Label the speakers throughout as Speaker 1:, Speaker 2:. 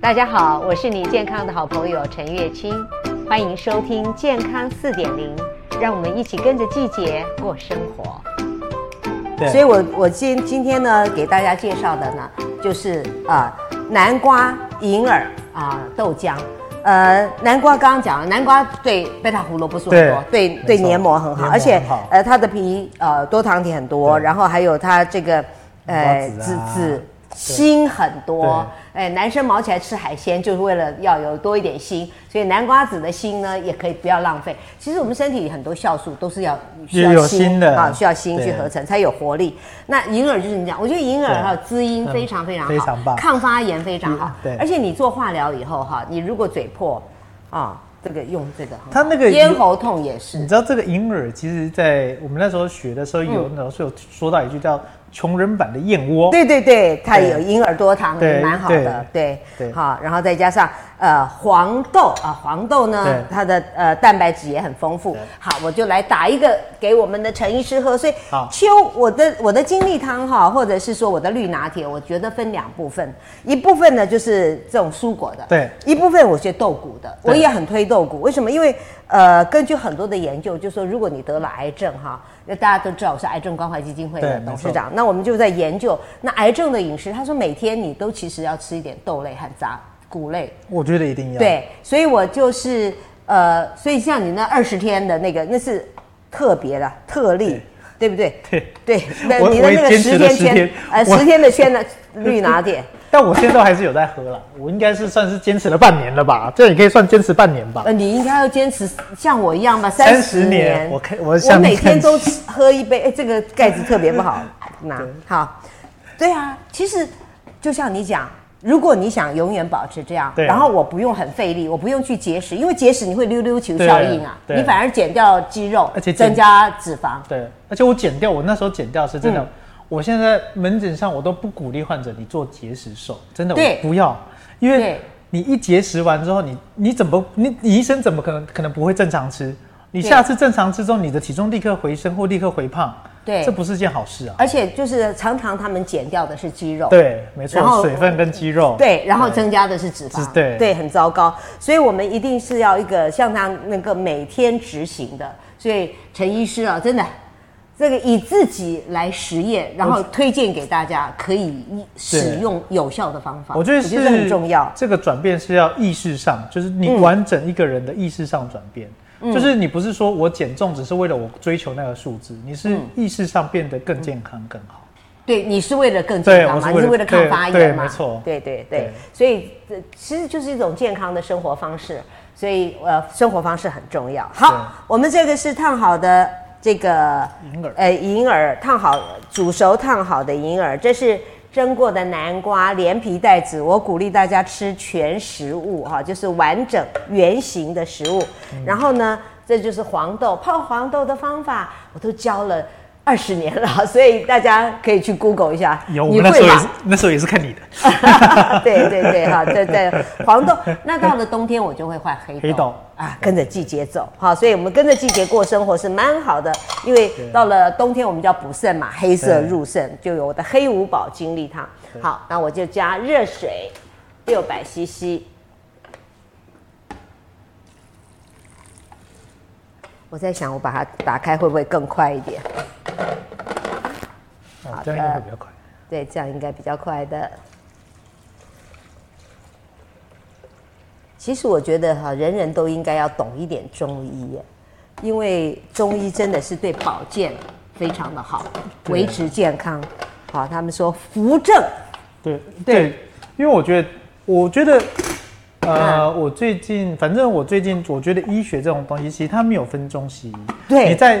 Speaker 1: 大家好，我是你健康的好朋友陈月清，欢迎收听《健康四点零》，让我们一起跟着季节过生活。
Speaker 2: 对
Speaker 3: 所以我我今今天呢，给大家介绍的呢，就是呃南瓜、银耳啊、豆浆。呃，南瓜刚刚讲了，南瓜对贝塔胡萝卜素很多，对
Speaker 2: 对没
Speaker 3: 对
Speaker 2: 错
Speaker 3: 黏膜很好，
Speaker 2: 黏膜
Speaker 3: 而且
Speaker 2: 很好
Speaker 3: 呃它的皮呃多糖体很多，
Speaker 2: 对
Speaker 3: 然后还有它这个呃
Speaker 2: 瓜子
Speaker 3: 籽
Speaker 2: 啊
Speaker 3: 籽锌很多。哎，男生毛起来吃海鲜就是为了要有多一点锌，所以南瓜籽的锌呢也可以不要浪费。其实我们身体很多酵素都是要需
Speaker 2: 也有
Speaker 3: 要
Speaker 2: 锌的
Speaker 3: 啊，需要锌去
Speaker 2: 对
Speaker 3: 合成才有活力。那银耳就是你讲，我觉得银耳
Speaker 2: 对
Speaker 3: 还有滋阴
Speaker 2: 嗯
Speaker 3: 非常非常好，
Speaker 2: 非常棒嗯
Speaker 3: 抗发炎非常好。
Speaker 2: 对
Speaker 3: 而且你做化疗以后哈，你如果嘴破啊，这个用这个很好，
Speaker 2: 它那个
Speaker 3: 咽喉痛也
Speaker 2: 你
Speaker 3: 是。
Speaker 2: 知道这个银耳，其实，在我们那时候学的时候，有老师有说到一句叫“穷人版的燕窝”，
Speaker 3: 嗯对对对，它
Speaker 2: 对
Speaker 3: 有银耳多糖，
Speaker 2: 对
Speaker 3: 也蛮好的，对
Speaker 2: 对
Speaker 3: 好，然后再加上呃黄豆啊，黄豆
Speaker 2: 对
Speaker 3: 呢，它的呃蛋白质也很丰富
Speaker 2: 对。
Speaker 3: 好，我就来打一个给我们的陈医师喝。所以
Speaker 2: 好
Speaker 3: 秋，我的我的精力汤哈，或者是说我的绿拿铁，我觉得分两部分，一部分呢就是这种蔬果的，
Speaker 2: 对，
Speaker 3: 一部分我觉得豆谷的，
Speaker 2: 对
Speaker 3: 我也很推豆谷。为什么？因为呃，根据很多的研究，就说如果你得了癌症哈，那大家都知道我是癌症关怀基金会
Speaker 2: 对
Speaker 3: 的
Speaker 2: 没
Speaker 3: 董事
Speaker 2: 错
Speaker 3: 长，那我们就在研究那癌症的饮食。他说每天你都其实要吃一点豆类和杂谷类，
Speaker 2: 我觉得一定要。，
Speaker 3: 对，所以我就是呃，所以像你那二十天的那个，那是特别的特例，对不对？
Speaker 2: 对
Speaker 3: 对，那
Speaker 2: 我
Speaker 3: 你的
Speaker 2: 我也
Speaker 3: 那个
Speaker 2: 坚
Speaker 3: 十
Speaker 2: 持了
Speaker 3: 天
Speaker 2: 10天
Speaker 3: 圈，呃，
Speaker 2: 我
Speaker 3: 十天的圈呢， 绿拿铁。
Speaker 2: 但我现在都还是有在喝了，我应该是算是坚持了半年了吧？这样也可以算坚持半年吧
Speaker 3: 呃，。你应该要坚持像我一样吧，
Speaker 2: 30
Speaker 3: 30
Speaker 2: 年我看我想
Speaker 3: 每
Speaker 2: 看
Speaker 3: 天都吃喝一杯，哎，这个盖子特别不 好拿。好，对啊，其实就像你讲，如果你想永远保持这样，
Speaker 2: 对啊
Speaker 3: 然后我不用很费力，我不用去节食，因为节食你会溜溜球效应啊，
Speaker 2: 对对
Speaker 3: 你反而减掉肌肉，
Speaker 2: 而且减
Speaker 3: 增加脂肪。
Speaker 2: 对，而且我减掉，我那时候减掉是真的。
Speaker 3: 嗯
Speaker 2: 我现在门诊上我都不鼓励患者你做节食瘦，真的，
Speaker 3: 对
Speaker 2: 我不要，因为
Speaker 3: 对
Speaker 2: 你一节食完之后，你你怎么你你医生怎么可能可能不会正常吃？你
Speaker 3: 对
Speaker 2: 下次正常吃之后，你的体重立刻回升或立刻回胖，
Speaker 3: 对
Speaker 2: 这不是件好事啊。
Speaker 3: 而且就是常常他们减掉的是肌肉，
Speaker 2: 对，没
Speaker 3: 然
Speaker 2: 错，
Speaker 3: 后
Speaker 2: 水分跟肌肉。
Speaker 3: 对，然后增加的是脂肪
Speaker 2: 哦是，对
Speaker 3: 很糟糕。所以我们一定是要一个像他那个每天执行的。所以陈医师啊，真的，这个以自己来实验，然后推荐给大家可以一使用有效的方法，
Speaker 2: 我觉得是
Speaker 3: 这很重要。嗯
Speaker 2: 这个转变是要意识上，就是你完整一个人的意识上转变，就是你不是说我减重只是为了我追求那个数字，你是
Speaker 3: 嗯
Speaker 2: 意识上变得更健康更好。
Speaker 3: 对，你是为了更健康嘛？
Speaker 2: 对
Speaker 3: 你
Speaker 2: 我
Speaker 3: 是
Speaker 2: 是为
Speaker 3: 为
Speaker 2: 了
Speaker 3: 了抗发
Speaker 2: 对对
Speaker 3: 炎嘛？
Speaker 2: 没错
Speaker 3: 对对对，
Speaker 2: 对
Speaker 3: 所以这其实就是一种健康的生活方式，所以呃，生活方式很重要。
Speaker 2: 对
Speaker 3: 好，我们这个是烫好的这个
Speaker 2: 银耳
Speaker 3: 呃，银耳烫好，煮熟烫好的银耳，这是。蒸过的南瓜连皮带籽，我鼓励大家吃全食物哈，就是完整圆形的食物。
Speaker 2: 嗯
Speaker 3: 然后呢，这就是黄豆泡黄豆的方法，我都教了二十年了，所以大家可以去 Google 一下。
Speaker 2: 有，我
Speaker 3: 你
Speaker 2: 们那时
Speaker 3: 会
Speaker 2: 候也是
Speaker 3: 吧？
Speaker 2: 那时候也是看你的，
Speaker 3: 对对对，哈，对对，黄豆。那到了冬天，我就会换黑豆。
Speaker 2: 黑豆
Speaker 3: 啊，跟着季节走，好，所以我们跟着季节过生活是蛮好的。因为到了冬天，我们就要补肾嘛，黑色
Speaker 2: 对
Speaker 3: 入肾，就有我的黑五宝精力汤。好，那我就加热水六百 CC。我在想，我把它打开会不会更快一点？
Speaker 2: 哦
Speaker 3: 好
Speaker 2: 啊这样应该会比较快。
Speaker 3: 对，这样应该比较快的。其实我觉得哈，人人都应该要懂一点中医耶，因为中医真的是对保健非常的好，
Speaker 2: 对
Speaker 3: 维持健康。好，他们说扶正，
Speaker 2: 对
Speaker 3: 对嗯
Speaker 2: 对，因为我觉得，我觉得，呃，我最近，反正我最近，我觉得医学这种东西，其实它没有分中西医。
Speaker 3: 对
Speaker 2: 你在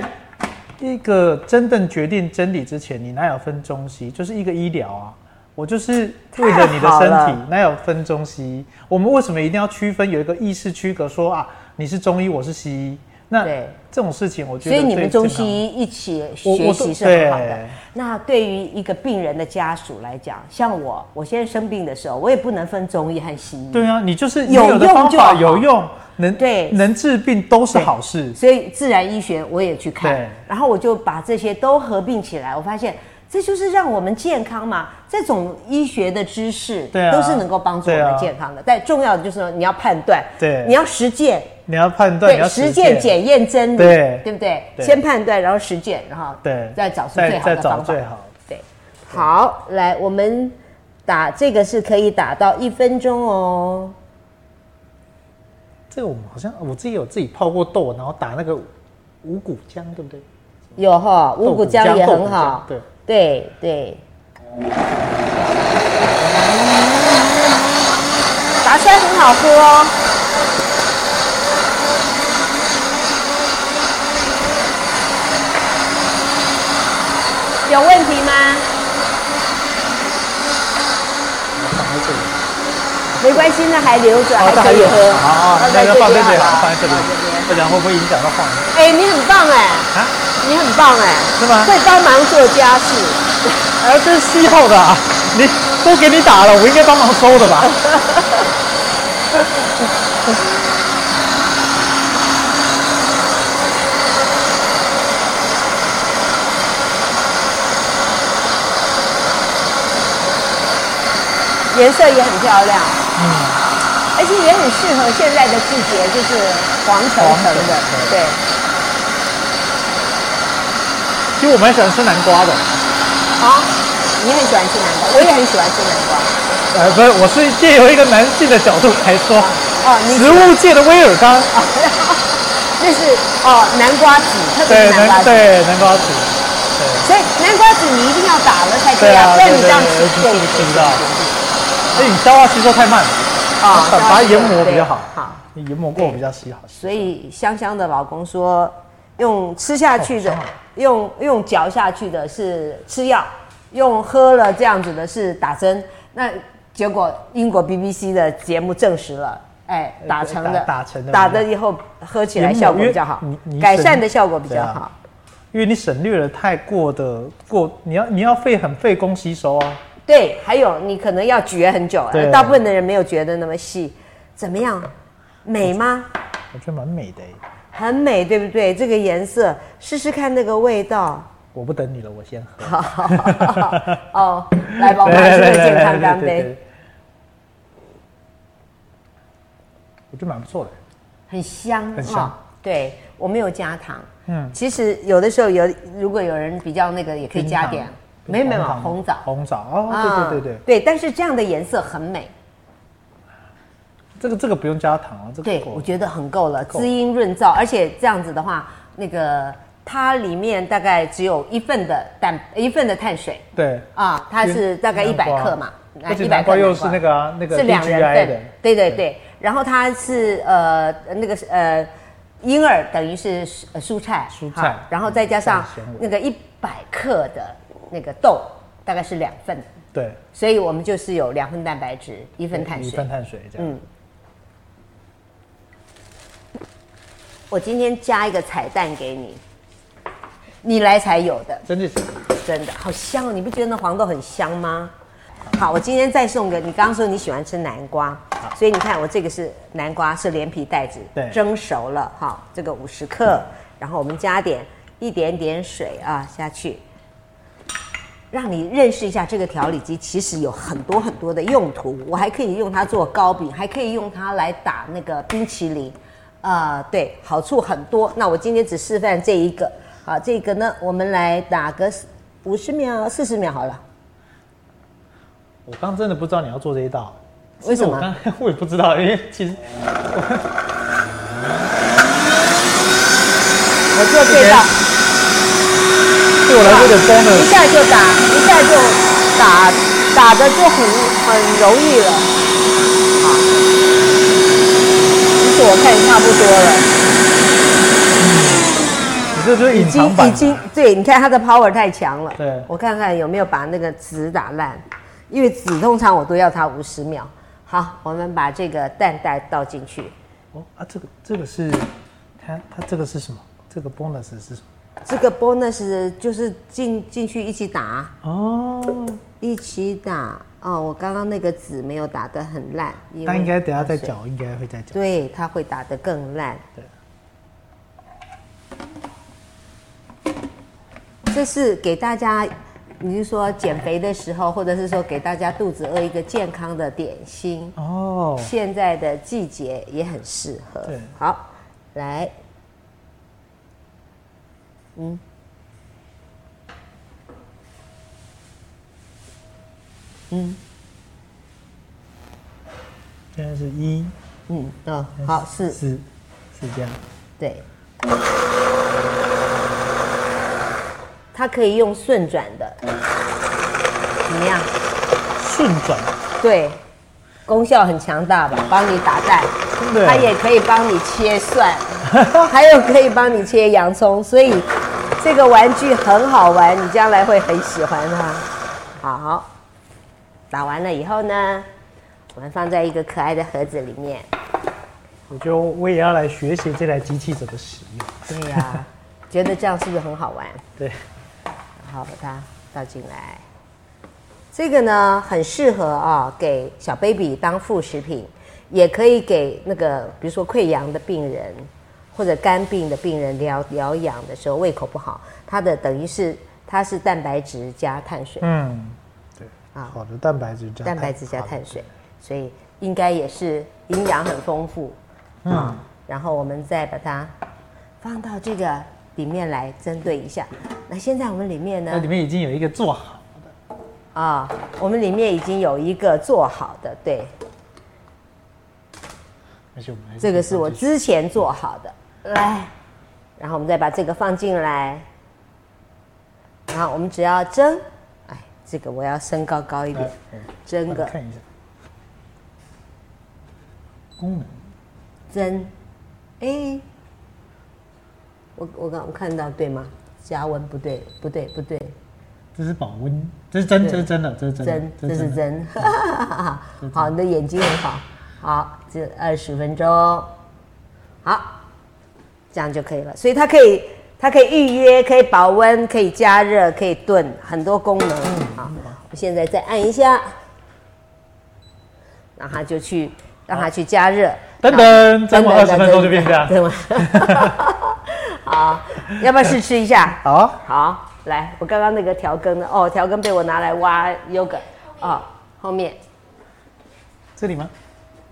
Speaker 2: 一个真正决定真理之前，你哪有分中西？就是一个医疗啊。我就是为了你的
Speaker 3: 太
Speaker 2: 身
Speaker 3: 好
Speaker 2: 体
Speaker 3: 了，
Speaker 2: 哪有分中西医？我们为什么一定要区分？有一个意识区隔说啊，你是中医，我是西医。那
Speaker 3: 对
Speaker 2: 这种事情，我觉
Speaker 3: 所
Speaker 2: 得
Speaker 3: 以你们
Speaker 2: 对
Speaker 3: 中
Speaker 2: 健康
Speaker 3: 西医一起
Speaker 2: 我
Speaker 3: 学
Speaker 2: 我是
Speaker 3: 习是很好的
Speaker 2: 对。
Speaker 3: 那对于一个病人的家属来讲，像我，我现在生病的时候，我也不能分中医和西医。
Speaker 2: 对啊，你就是
Speaker 3: 有
Speaker 2: 你的
Speaker 3: 用
Speaker 2: 方
Speaker 3: 就
Speaker 2: 法
Speaker 3: 好
Speaker 2: 有用，能
Speaker 3: 对
Speaker 2: 能治病都是好事。
Speaker 3: 所以自然医学我也去看
Speaker 2: 对，
Speaker 3: 然后我就把这些都合并起来，我发现这就是让我们健康嘛。这种医学的知识，
Speaker 2: 对啊
Speaker 3: 都是能够帮助我
Speaker 2: 对
Speaker 3: 们
Speaker 2: 啊
Speaker 3: 健康的。但重要的就是说，你要判断，
Speaker 2: 对
Speaker 3: 你要实践，
Speaker 2: 你要判断，你要
Speaker 3: 实践检验真理，
Speaker 2: 对
Speaker 3: 对不对？
Speaker 2: 对
Speaker 3: 先判断，然后实践，然后
Speaker 2: 对，
Speaker 3: 再找出
Speaker 2: 再
Speaker 3: 最好
Speaker 2: 再
Speaker 3: 的
Speaker 2: 找
Speaker 3: 方法
Speaker 2: 最。好的。
Speaker 3: 对，好，来，我们打这个是可以打到一分钟哦。
Speaker 2: 这个我们好像我自己有自己泡过豆，然后打那个五谷浆，对不对？
Speaker 3: 有哈、五谷
Speaker 2: 豆
Speaker 3: 浆
Speaker 2: 浆
Speaker 3: 也
Speaker 2: 豆
Speaker 3: 很
Speaker 2: 谷
Speaker 3: 好
Speaker 2: 浆，对
Speaker 3: 对对。打出来很好喝哦。有问题吗？
Speaker 2: 放在这里，
Speaker 3: 没关系，那还留着，还
Speaker 2: 这
Speaker 3: 可以喝。
Speaker 2: 好，好
Speaker 3: 放
Speaker 2: 哦那
Speaker 3: 在
Speaker 2: 就
Speaker 3: 这
Speaker 2: 放在
Speaker 3: 边
Speaker 2: 这里，
Speaker 3: 好了
Speaker 2: 放在这里
Speaker 3: 放在这边，
Speaker 2: 不然会不会影响到画面
Speaker 3: 哎，你很棒哎，
Speaker 2: 啊？
Speaker 3: 你很棒哎，
Speaker 2: 是吗
Speaker 3: 会帮忙做家事。
Speaker 2: 哎，这是西后的啊，你都给你打了，我应该帮忙收的吧？
Speaker 3: 颜色也很漂亮，嗯，而且也很适合现在的季节，就是黄橙橙的，对，
Speaker 2: 其实我蛮喜欢吃南瓜的，
Speaker 3: 好，你很喜欢吃南瓜，我也很喜欢吃南瓜，
Speaker 2: 呃，不是，我是借由一个男性的角度来说，
Speaker 3: 哦，你
Speaker 2: 食物界的威尔刚，
Speaker 3: 那是哦南瓜籽，特别
Speaker 2: 对
Speaker 3: 是南瓜
Speaker 2: 南
Speaker 3: 籽，
Speaker 2: 对南瓜籽，
Speaker 3: 所以南瓜籽你一定要打了才对
Speaker 2: 对
Speaker 3: 啊，不
Speaker 2: 啊，对
Speaker 3: 然你
Speaker 2: 对
Speaker 3: 这样
Speaker 2: 对，
Speaker 3: 吃对
Speaker 2: 不不知道，哎，你消化吸收太慢了，
Speaker 3: 啊
Speaker 2: 把把它研磨比较好，
Speaker 3: 好，
Speaker 2: 你研磨过比较稀好。
Speaker 3: 所以香香的老公说，用吃下去的
Speaker 2: 哦香啊，
Speaker 3: 用用嚼下去的是吃药，用喝了这样子的是打针。那结果英国 BBC 的节目证实了，哎，
Speaker 2: 呃
Speaker 3: 打成的，
Speaker 2: 打打成的
Speaker 3: 打了以后喝起来效果比较好
Speaker 2: 因为你，你
Speaker 3: 改善的效果比较
Speaker 2: 对
Speaker 3: 好
Speaker 2: 啊。因为你省略了太过的过，你要你要费很费工吸收啊。
Speaker 3: 对，还有你可能要嚼很久，
Speaker 2: 对
Speaker 3: 大部分的人没有觉得那么细。怎么样，美吗？
Speaker 2: 我觉得蛮美的欸、
Speaker 3: 很美，对不对？这个颜色，试试看那个味道。
Speaker 2: 我不等你了，我先喝。
Speaker 3: 好， 哦， 来吧，我们还是为健康干
Speaker 2: 对。对
Speaker 3: 杯
Speaker 2: 对对对。我觉得蛮不错的，
Speaker 3: 很香，
Speaker 2: 很香
Speaker 3: 哦对我没有加糖。
Speaker 2: 嗯
Speaker 3: 其实有的时候有，如果有人比较那个，也可以
Speaker 2: 冰
Speaker 3: 加
Speaker 2: 糖
Speaker 3: 点，啊没有没有
Speaker 2: 糖
Speaker 3: 红枣。
Speaker 2: 红枣哦，对对对对
Speaker 3: 啊，对，但是这样的颜色很美，
Speaker 2: 这个这个不用加糖啊，这个
Speaker 3: 对
Speaker 2: 够
Speaker 3: 我觉得很够了，滋阴润燥，而且这样子的话，那个它里面大概只有一份的蛋，一份的碳水
Speaker 2: 对
Speaker 3: 啊，它是大概一
Speaker 2: 南瓜
Speaker 3: 百克嘛，
Speaker 2: 而且
Speaker 3: 100
Speaker 2: 南瓜又是
Speaker 3: 南
Speaker 2: 那个啊那个
Speaker 3: 是两
Speaker 2: DGI
Speaker 3: 人份
Speaker 2: 的，
Speaker 3: 对对对。然后它是呃那个是呃银耳等于是蔬呃蔬菜，
Speaker 2: 蔬菜
Speaker 3: 好然后再加上
Speaker 2: 嗯纤维
Speaker 3: 那个一百克的那个豆，大概是两份，
Speaker 2: 对，
Speaker 3: 所以我们就是有两份蛋白质，一份碳
Speaker 2: 一
Speaker 3: 水
Speaker 2: 份。碳水这样
Speaker 3: 嗯。我今天加一个彩蛋给你，你来才有的。
Speaker 2: 真的是
Speaker 3: 真的好香哦！你不觉得那黄豆很香吗？好，我今天再送个，你刚刚说你喜欢吃南瓜，所以你看我这个是南瓜，是连皮带籽，
Speaker 2: 对
Speaker 3: 蒸熟了哈，这个五十克，然后我们加点一点点水啊下去，让你认识一下这个调理机其实有很多很多的用途，我还可以用它做糕饼，还可以用它来打那个冰淇淋，啊、对，好处很多。那我今天只示范这一个，好，这个呢，我们来打个五十秒、四十秒好了。
Speaker 2: 我刚真的不知道你要做这一道，
Speaker 3: 为什么
Speaker 2: 其实我刚 才我也不知道，因为其实
Speaker 3: 我做这道，
Speaker 2: 对我来说有点崩
Speaker 3: 一
Speaker 2: 的，
Speaker 3: 下就打，一下就打，打的就很很容易了。好，其实我看差不多了。
Speaker 2: 你这就是
Speaker 3: 已
Speaker 2: 隐
Speaker 3: 经
Speaker 2: 藏版
Speaker 3: 已经对，你看它的 power 太强了。
Speaker 2: 对
Speaker 3: 我看看有没有把那个籽打烂，因为籽通常我都要它五十秒。好，我们把这个蛋蛋倒进去，
Speaker 2: 哦啊，这个这个是它它这个是什么？这个 bonus 是什么？
Speaker 3: 这个 bonus 就是进进去一起打，
Speaker 2: 哦，
Speaker 3: 一起打。哦，我刚刚那个籽没有打得很烂，因为
Speaker 2: 那应该等一下再搅，应该会再搅。
Speaker 3: 对，它会打得更烂。
Speaker 2: 对，
Speaker 3: 这是给大家你是说减肥的时候，或者是说给大家肚子饿一个健康的点心，
Speaker 2: 哦，
Speaker 3: 现在的季节也很适合
Speaker 2: 对。
Speaker 3: 好，来，嗯，嗯
Speaker 2: 现在是一
Speaker 3: 嗯哦，好是，
Speaker 2: 四，是这样。
Speaker 3: 对。它可以用顺转的，怎么样？
Speaker 2: 顺转，
Speaker 3: 对，功效很强大吧？帮你打蛋，
Speaker 2: 真的
Speaker 3: 它也可以帮你切蒜， 还有可以帮你切洋葱，所以这个玩具很好玩，你将来会很喜欢它。好，打完了以后呢，我们放在一个可爱的盒子里面。
Speaker 2: 我就我也要来学习这台机器怎么使用。
Speaker 3: 对呀、 觉得这样是不是很好玩？
Speaker 2: 对，
Speaker 3: 好，把它倒进来。这个呢，很适合啊、给小 baby 当副食品，也可以给那个比如说溃疡的病人或者肝病的病人疗疗养的时候胃口不好，它的等于是它是蛋白质加碳水，
Speaker 2: 嗯，对，
Speaker 3: 啊
Speaker 2: 好的蛋白质加
Speaker 3: 蛋白质加
Speaker 2: 好的
Speaker 3: 碳水，所以应该也是营养很丰富。啊
Speaker 2: 嗯，
Speaker 3: 然后我们再把它放到这个里面来针对一下。那现在我们里面呢？
Speaker 2: 那里面已经有一个做好，
Speaker 3: 啊、我们里面已经有一个做好的，对，
Speaker 2: 而且我们还
Speaker 3: 这个是我
Speaker 2: 继续
Speaker 3: 之前做好的，来，然后我们再把这个放进来，然后我们只要蒸，哎，这个我要升高高一点
Speaker 2: 来，嗯
Speaker 3: 蒸
Speaker 2: 帮
Speaker 3: 个
Speaker 2: 你看一下功能，
Speaker 3: 蒸，哎，我我刚我看到对吗？加温不对，不对，不对，
Speaker 2: 这是保温，这是真，
Speaker 3: 对
Speaker 2: 这是真的，这是真的
Speaker 3: 蒸，，这是蒸，
Speaker 2: 的。真
Speaker 3: 好，你的眼睛很好，好，这二十分钟，好，这样就可以了。所以它可以，它可以预约，可以保温，可以加热，可以炖，很多功能
Speaker 2: 嗯
Speaker 3: 啊。我现在再按一下，让它就去，让它去加热。
Speaker 2: 噔噔，蒸完二十分钟就变这样。
Speaker 3: 对吗？ 好，要不要试吃一下？
Speaker 2: 好啊，
Speaker 3: 好，来，我刚刚那个调羹呢？哦，调羹被我拿来挖 yogurt 哦，后面
Speaker 2: 这里吗？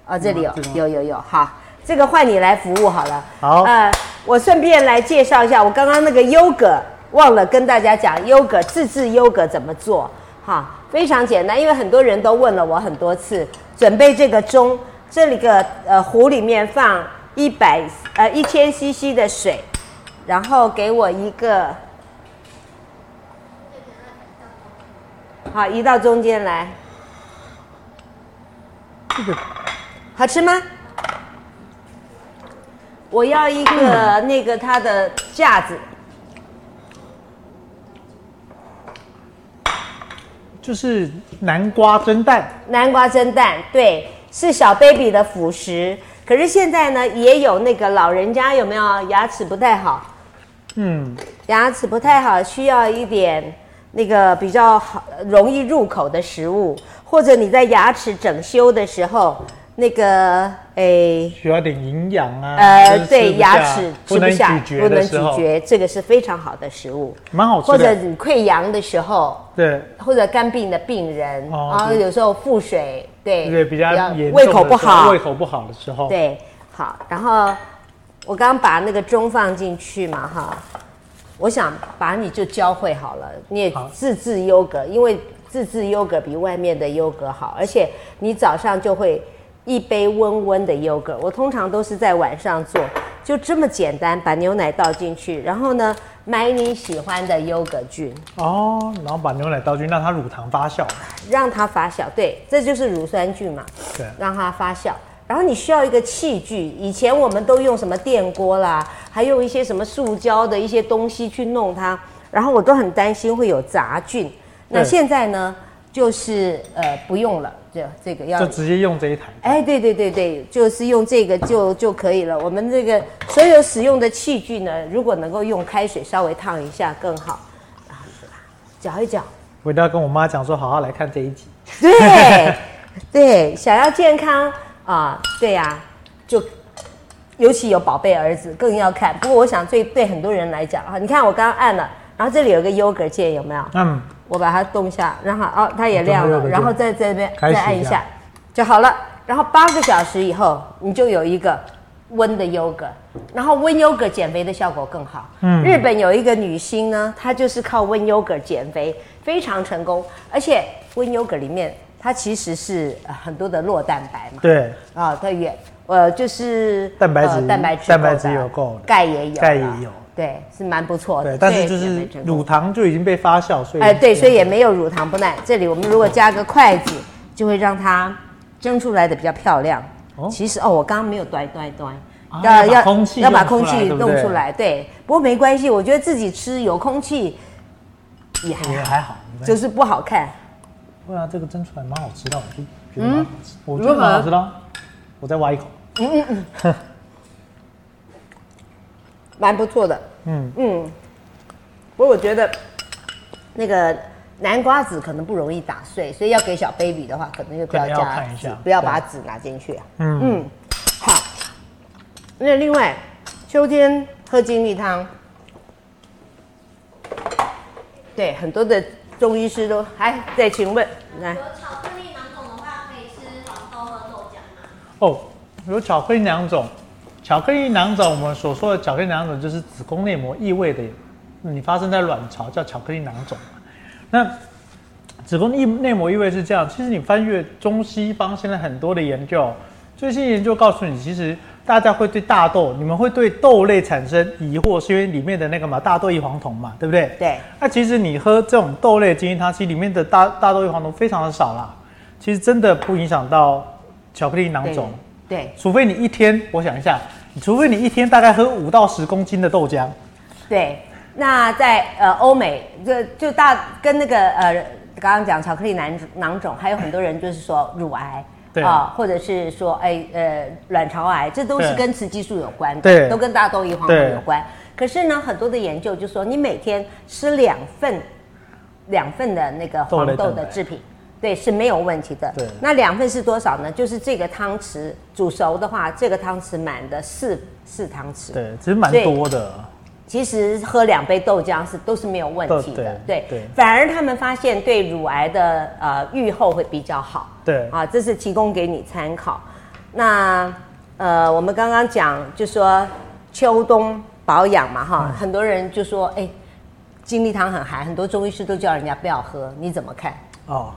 Speaker 3: 哦，这里有
Speaker 2: 这个吗
Speaker 3: 有有有，好，这个换你来服务好了。
Speaker 2: 好
Speaker 3: 呃，我顺便来介绍一下，我刚刚那个 yogurt 忘了跟大家讲，yogurt 自制 yogurt 怎么做？哈，非常简单，因为很多人都问了我很多次，准备这个盅，这里个呃壶里面放一百呃一千 CC 的水，然后给我一个。好，移到中间来。
Speaker 2: 这个
Speaker 3: 好吃吗？我要一个那个它的架子，
Speaker 2: 就是南瓜蒸蛋，
Speaker 3: 南瓜蒸蛋，对，是小 baby 的辅食。可是现在呢，也有那个老人家有没有牙齿不太好，
Speaker 2: 嗯，
Speaker 3: 牙齿不太好，需要一点那个比较好容易入口的食物，或者你在牙齿整修的时候，那个诶。
Speaker 2: 需要点营养啊。
Speaker 3: 呃
Speaker 2: 就，是吃
Speaker 3: 对，
Speaker 2: 不下
Speaker 3: 牙齿吃
Speaker 2: 不
Speaker 3: 不
Speaker 2: 能
Speaker 3: 下
Speaker 2: 咀，嚼的时候，
Speaker 3: 嚼，这个是非常好的食物，
Speaker 2: 蛮好吃
Speaker 3: 或者
Speaker 2: 的。
Speaker 3: 你溃疡的时候，
Speaker 2: 对，
Speaker 3: 或者肝病的病人，
Speaker 2: 哦
Speaker 3: 然后
Speaker 2: 对
Speaker 3: 有时候腹水，对，
Speaker 2: 对，比较严重的时候
Speaker 3: 胃口不好
Speaker 2: 胃，口不好的时候，
Speaker 3: 对，好。然后我刚把那个钟放进去嘛，哈，我想把你就教会好了，你也
Speaker 2: 好
Speaker 3: 自制优格，因为自制优格比外面的优格好，而且你早上就会一杯温温的优格，我通常都是在晚上做，就这么简单，把牛奶倒进去，然后呢，买你喜欢的优格菌。
Speaker 2: 哦，然后把牛奶倒进，让它乳糖发酵，
Speaker 3: 让它发酵，对，这就是乳酸菌嘛，
Speaker 2: 对，
Speaker 3: 让它发酵。然后你需要一个器具，以前我们都用什么电锅啦，还用一些什么塑胶的一些东西去弄它，然后我都很担心会有杂菌。那
Speaker 2: 对
Speaker 3: 现在呢，就是呃不用了，这这个要
Speaker 2: 就直接用这一台，
Speaker 3: 哎，对对对对，就是用这个就就可以了。我们这个所有使用的器具呢，如果能够用开水稍微烫一下更好，啊搅一搅，
Speaker 2: 我一定要跟我妈讲说，好好来看这一集。
Speaker 3: 对对，想要健康啊、对呀、就尤其有宝贝儿子更要看。不过我想最对很多人来讲啊，你看我刚刚按了，然后这里有个优格键有没有？
Speaker 2: 嗯，
Speaker 3: 我把它动一下，让它哦，它也亮
Speaker 2: 对对
Speaker 3: 了，
Speaker 2: 对
Speaker 3: 然后再在这边
Speaker 2: 开始
Speaker 3: 再按一
Speaker 2: 一下
Speaker 3: 下就好了。然后八个小时以后，你就有一个温的优格，然后温优格减肥的效果更好。嗯，日本有一个女星呢，她就是靠温优格减肥非常成功，而且温优格里面它其实是呃很多的酪蛋白嘛，
Speaker 2: 对，
Speaker 3: 啊，它也呃就是
Speaker 2: 蛋白质
Speaker 3: 呃蛋白质
Speaker 2: 蛋白
Speaker 3: 够
Speaker 2: 质
Speaker 3: 的
Speaker 2: 有够的
Speaker 3: 钙也有啦，
Speaker 2: 钙也有
Speaker 3: 对，是蛮不错的。
Speaker 2: 对，但
Speaker 3: 哦所
Speaker 2: 是
Speaker 3: 以
Speaker 2: 就
Speaker 3: 减
Speaker 2: 是
Speaker 3: 肥成功
Speaker 2: 乳糖就已经被发酵，所以
Speaker 3: 哎，对，所以也没有乳糖不耐。这里我们如果加个筷子，就会让它蒸出来的比较漂亮。
Speaker 2: 哦
Speaker 3: 其实哦，我刚刚没有端端端
Speaker 2: 啊，要把空气
Speaker 3: 要把
Speaker 2: 弄出
Speaker 3: 空
Speaker 2: 来
Speaker 3: 气
Speaker 2: 对不
Speaker 3: 弄
Speaker 2: 对
Speaker 3: 出来，对。不过没关系，我觉得自己吃有空气也还
Speaker 2: 也
Speaker 3: 好，
Speaker 2: 还好，没关系
Speaker 3: 就是不好看。
Speaker 2: 对啊，这个蒸出来蛮好吃的，我就觉
Speaker 3: 嗯
Speaker 2: 得蛮好吃，我觉得蛮好吃的啊。我再挖一口，
Speaker 3: 蛮不错的。
Speaker 2: 嗯
Speaker 3: 嗯，不过我觉得那个南瓜子可能不容易打碎，所以要给小 baby 的话，可能就不要
Speaker 2: 可能要
Speaker 3: 加
Speaker 2: 看一
Speaker 3: 籽
Speaker 2: 下，
Speaker 3: 不要
Speaker 2: 对
Speaker 3: 把籽拿进去。
Speaker 2: 嗯
Speaker 3: 嗯，好。那另外，秋天喝精力汤，对很多的中医师都还对，请问来
Speaker 4: 有巧克力芒种的话，可以吃黄豆和豆浆吗？
Speaker 2: 哦，有巧克力囊肿，巧克力囊肿，我们所说的巧克力囊肿就是子宫内膜异位的，你发生在卵巢叫巧克力囊肿嘛。那子宫内内膜异位是这样，其实你翻阅中西方现在很多的研究，最新研究告诉你，其实大家会对大豆，你们会对豆类产生疑惑，是因为里面的那个嘛大豆异黄酮嘛，对不对？
Speaker 3: 对。
Speaker 2: 那其实你喝这种豆类精益汤，其实里面的大大豆异黄酮非常的少啦，其实真的不影响到巧克力囊肿。
Speaker 3: 对
Speaker 2: 除非你一天，我想一下，除非你一天大概喝五到十公斤的豆浆，
Speaker 3: 对，那在呃欧美，就就大跟那个呃刚刚讲巧克力囊囊肿，还有很多人就是说乳癌。啊
Speaker 2: 对
Speaker 3: 或者是说，哎，呃，卵巢癌，这都是
Speaker 2: 对
Speaker 3: 跟雌激素有关的，
Speaker 2: 对
Speaker 3: 都跟大豆异黄酮
Speaker 2: 对
Speaker 3: 有关。可是呢，很多的研究就说，你每天吃两份，两份的那个
Speaker 2: 豆
Speaker 3: 黄
Speaker 2: 类
Speaker 3: 豆
Speaker 2: 蛋
Speaker 3: 的
Speaker 2: 白
Speaker 3: 制品，对，是没有问题的。
Speaker 2: 对
Speaker 3: 那两份是多少呢？就是这个汤匙煮熟的话，这个汤匙满的四四汤匙。
Speaker 2: 对，其实蛮
Speaker 3: 对
Speaker 2: 多的。
Speaker 3: 其实喝两杯豆浆是都是没有问题的，
Speaker 2: 对
Speaker 3: 对，
Speaker 2: 对
Speaker 3: 反而他们发现对乳癌的呃预后会比较好，
Speaker 2: 对
Speaker 3: 啊，这是提供给你参考。那呃，我们刚刚讲就说秋冬保养嘛
Speaker 2: 嗯
Speaker 3: 哈，很多人就说哎，精力汤很寒，很多中医师都叫人家不要喝，你怎么看？
Speaker 2: 哦，